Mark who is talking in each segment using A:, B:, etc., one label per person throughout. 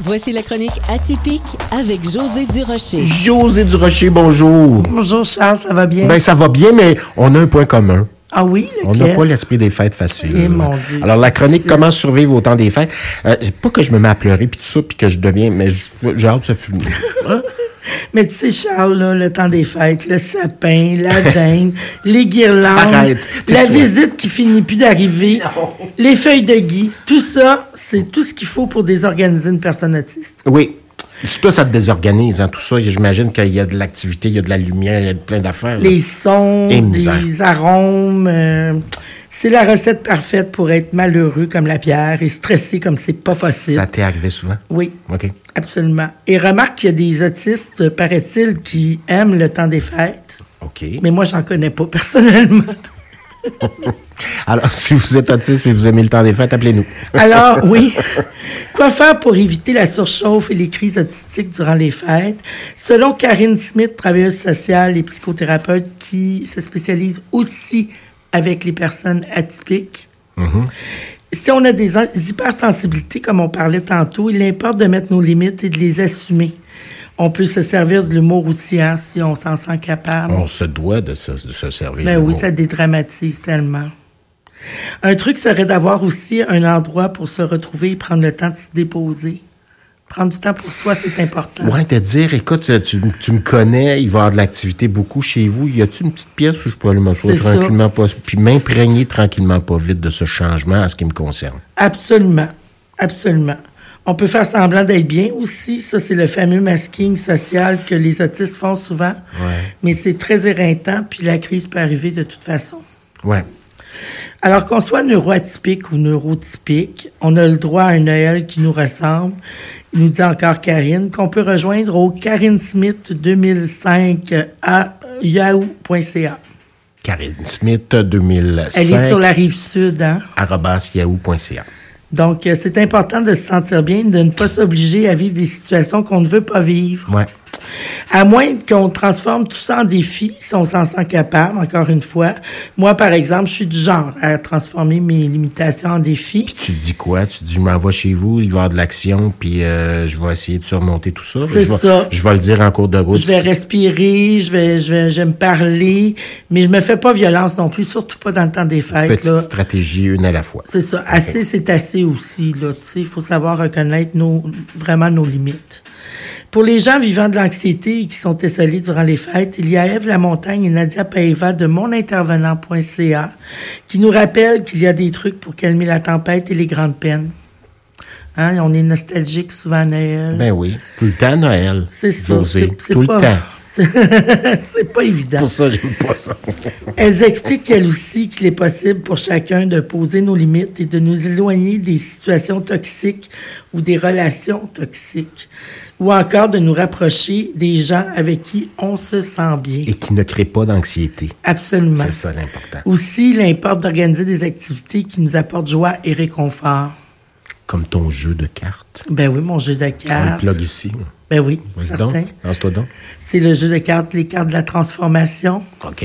A: Voici la chronique atypique avec José Durocher.
B: José Durocher, bonjour.
C: Bonjour Charles, ça va bien?
B: Ben, ça va bien, mais on a un point commun.
C: ah oui,
B: On
C: lequel?
B: n'a pas l'esprit des fêtes facile.
C: Eh, mon Dieu,
B: Alors, la
C: c'est
B: chronique
C: difficile.
B: Comment survivre au temps des fêtes. Euh, c'est pas que je me mets à pleurer puis tout ça, puis que je deviens. Mais j- j'ai hâte de se filmer.
C: Mais tu sais, Charles, là, le temps des fêtes, le sapin, la dinde, les guirlandes,
B: Arrête,
C: la
B: tais-toi.
C: visite qui finit plus d'arriver, les feuilles de gui, tout ça, c'est tout ce qu'il faut pour désorganiser une personne autiste.
B: Oui. Toi, ça te désorganise, hein, tout ça. J'imagine qu'il y a de l'activité, il y a de la lumière, il y a plein d'affaires. là.
C: Les sons,
B: Et misère.
C: les arômes, euh, c'est la recette parfaite pour être malheureux comme la pierre et stressé comme c'est pas possible.
B: Ça t'est arrivé souvent?
C: Oui.
B: OK.
C: Absolument. Et remarque qu'il y a des autistes, euh, paraît-il, qui aiment le temps des fêtes.
B: OK.
C: Mais moi, j'en connais pas personnellement.
B: Alors, si vous êtes autiste et vous aimez le temps des fêtes, appelez-nous.
C: Alors, oui. Quoi faire pour éviter la surchauffe et les crises autistiques durant les fêtes? Selon Karine Smith, travailleuse sociale et psychothérapeute qui se spécialise aussi avec les personnes atypiques, si on a des an- hypersensibilités, comme on parlait tantôt, il importe de mettre nos limites et de les assumer. On peut se servir de l'humour aussi, hein, si on s'en sent capable.
B: On se doit de se, de se servir.
C: Ben
B: de
C: oui,
B: mots.
C: ça dédramatise tellement. Un truc serait d'avoir aussi un endroit pour se retrouver et prendre le temps de se déposer. Prendre du temps pour soi, c'est important.
B: Ouais, te dire, écoute, euh, tu, tu me connais, il va y avoir de l'activité beaucoup chez vous. Y a-tu une petite pièce où je peux aller m'asseoir
C: C'est ça.
B: tranquillement, pas, puis m'imprégner tranquillement, pas vite de ce changement à ce qui me concerne?
C: Absolument. Absolument. On peut faire semblant d'être bien aussi. Ça, c'est le fameux masking social que les autistes font souvent. Mais c'est très éreintant, puis la crise peut arriver de toute façon.
B: Ouais.
C: Alors qu'on soit neuroatypique ou neurotypique, on a le droit à un Noël qui nous ressemble. Il nous dit encore Karine qu'on peut rejoindre au karinesmith2005 à yahoo.ca.
B: Karine Smith, 2005,
C: Elle est sur la rive sud, hein?
B: arobase yahoo.ca.
C: Donc, euh, c'est important de se sentir bien, de ne pas s'obliger à vivre des situations qu'on ne veut pas vivre.
B: Ouais.
C: À moins qu'on transforme tout ça en défi, si on s'en sent capable, encore une fois. Moi, par exemple, je suis du genre à transformer mes limitations en défi.
B: Puis tu te dis quoi? Tu te dis, je m'en vais chez vous, il va y avoir de l'action, puis euh, je vais essayer de surmonter tout ça.
C: C'est
B: je vais,
C: ça.
B: Je vais le dire en cours de route.
C: Je vais respirer, je vais, je vais, je vais me parler, mais je me fais pas violence non plus, surtout pas dans le temps des fêtes.
B: Petite
C: là.
B: stratégie, une à la fois.
C: C'est ça. Assez, c'est assez aussi, là. Tu sais, il faut savoir reconnaître nos, vraiment nos limites. Pour les gens vivant de l'anxiété et qui sont esselés durant les fêtes, il y a Ève Lamontagne et Nadia Paeva de monintervenant.ca qui nous rappellent qu'il y a des trucs pour calmer la tempête et les grandes peines. Hein, on est nostalgique souvent à Noël.
B: Ben oui. Tout le temps, Noël.
C: c'est ça.
B: José.
C: c'est- c'est
B: Tout
C: pas-
B: le temps.
C: c'est- c'est pas évident.
B: Pour ça, j'aime pas ça.
C: Elles expliquent, elles aussi, qu'il est possible pour chacun de poser nos limites et de nous éloigner des situations toxiques ou des relations toxiques, ou encore de nous rapprocher des gens avec qui on se sent bien.
B: Et qui ne crée pas d'anxiété.
C: Absolument.
B: C'est ça l'important.
C: Aussi, il importe d'organiser des activités qui nous apportent joie et réconfort.
B: Comme ton jeu de cartes.
C: Ben oui, mon jeu de
B: On le
C: cartes.
B: plug ici.
C: Ben oui,
B: Vas-y
C: Ah. certain.
B: donc. Lance-toi donc.
C: C'est le jeu de cartes, les cartes de la transformation
B: OK.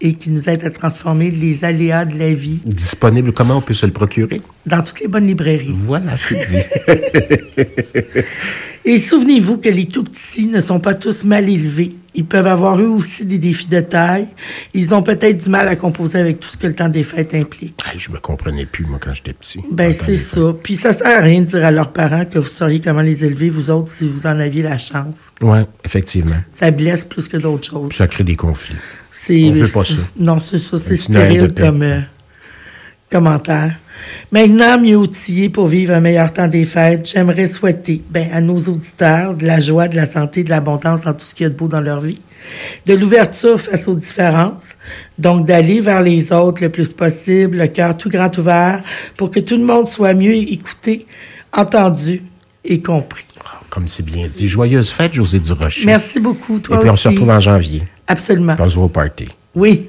C: et qui nous aide à transformer les aléas de la vie
B: Disponible, comment on peut se le procurer?
C: dans toutes les bonnes librairies.
B: Voilà, c'est dit.
C: Et souvenez-vous que les tout petits ne sont pas tous mal élevés. Ils peuvent avoir eux aussi des défis de taille. Ils ont peut-être du mal à composer avec tout ce que le temps des fêtes implique.
B: Hey, je me comprenais plus, moi, quand j'étais petit.
C: Ben,
B: Entendez
C: c'est ça. Puis ça sert à rien de dire à leurs parents que vous sauriez comment les élever, vous autres, si vous en aviez la chance.
B: Oui, effectivement.
C: Ça blesse plus que d'autres choses.
B: Ça crée des conflits.
C: C'est,
B: on veut pas ça.
C: Non, c'est ça. C'est
B: petit Noël de
C: stérile
B: paix.
C: comme euh, commentaire. Maintenant, mieux outillés pour vivre un meilleur temps des fêtes, j'aimerais souhaiter ben, à nos auditeurs de la joie, de la santé, de l'abondance dans tout ce qu'il y a de beau dans leur vie, de l'ouverture face aux différences, donc d'aller vers les autres le plus possible, le cœur tout grand ouvert, pour que tout le monde soit mieux écouté, entendu et compris.
B: Comme c'est bien dit. Joyeuse fête, José Durocher.
C: Merci beaucoup, toi
B: Et puis, on
C: aussi.
B: se retrouve en janvier.
C: Absolument.
B: Dans au party.
C: Oui.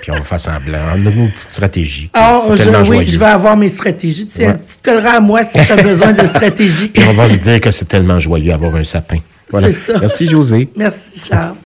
B: Puis, on va faire semblant. On a nos petites stratégies.
C: Ah,
B: c'est
C: je,
B: tellement
C: oui,
B: joyeux.
C: je vais avoir mes stratégies. Tu, sais,
B: Ouais.
C: tu te colleras à moi si tu as besoin de stratégie.
B: Puis, on va se dire que c'est tellement joyeux d'avoir un sapin. Voilà.
C: C'est ça.
B: Merci, José.
C: Merci, Charles.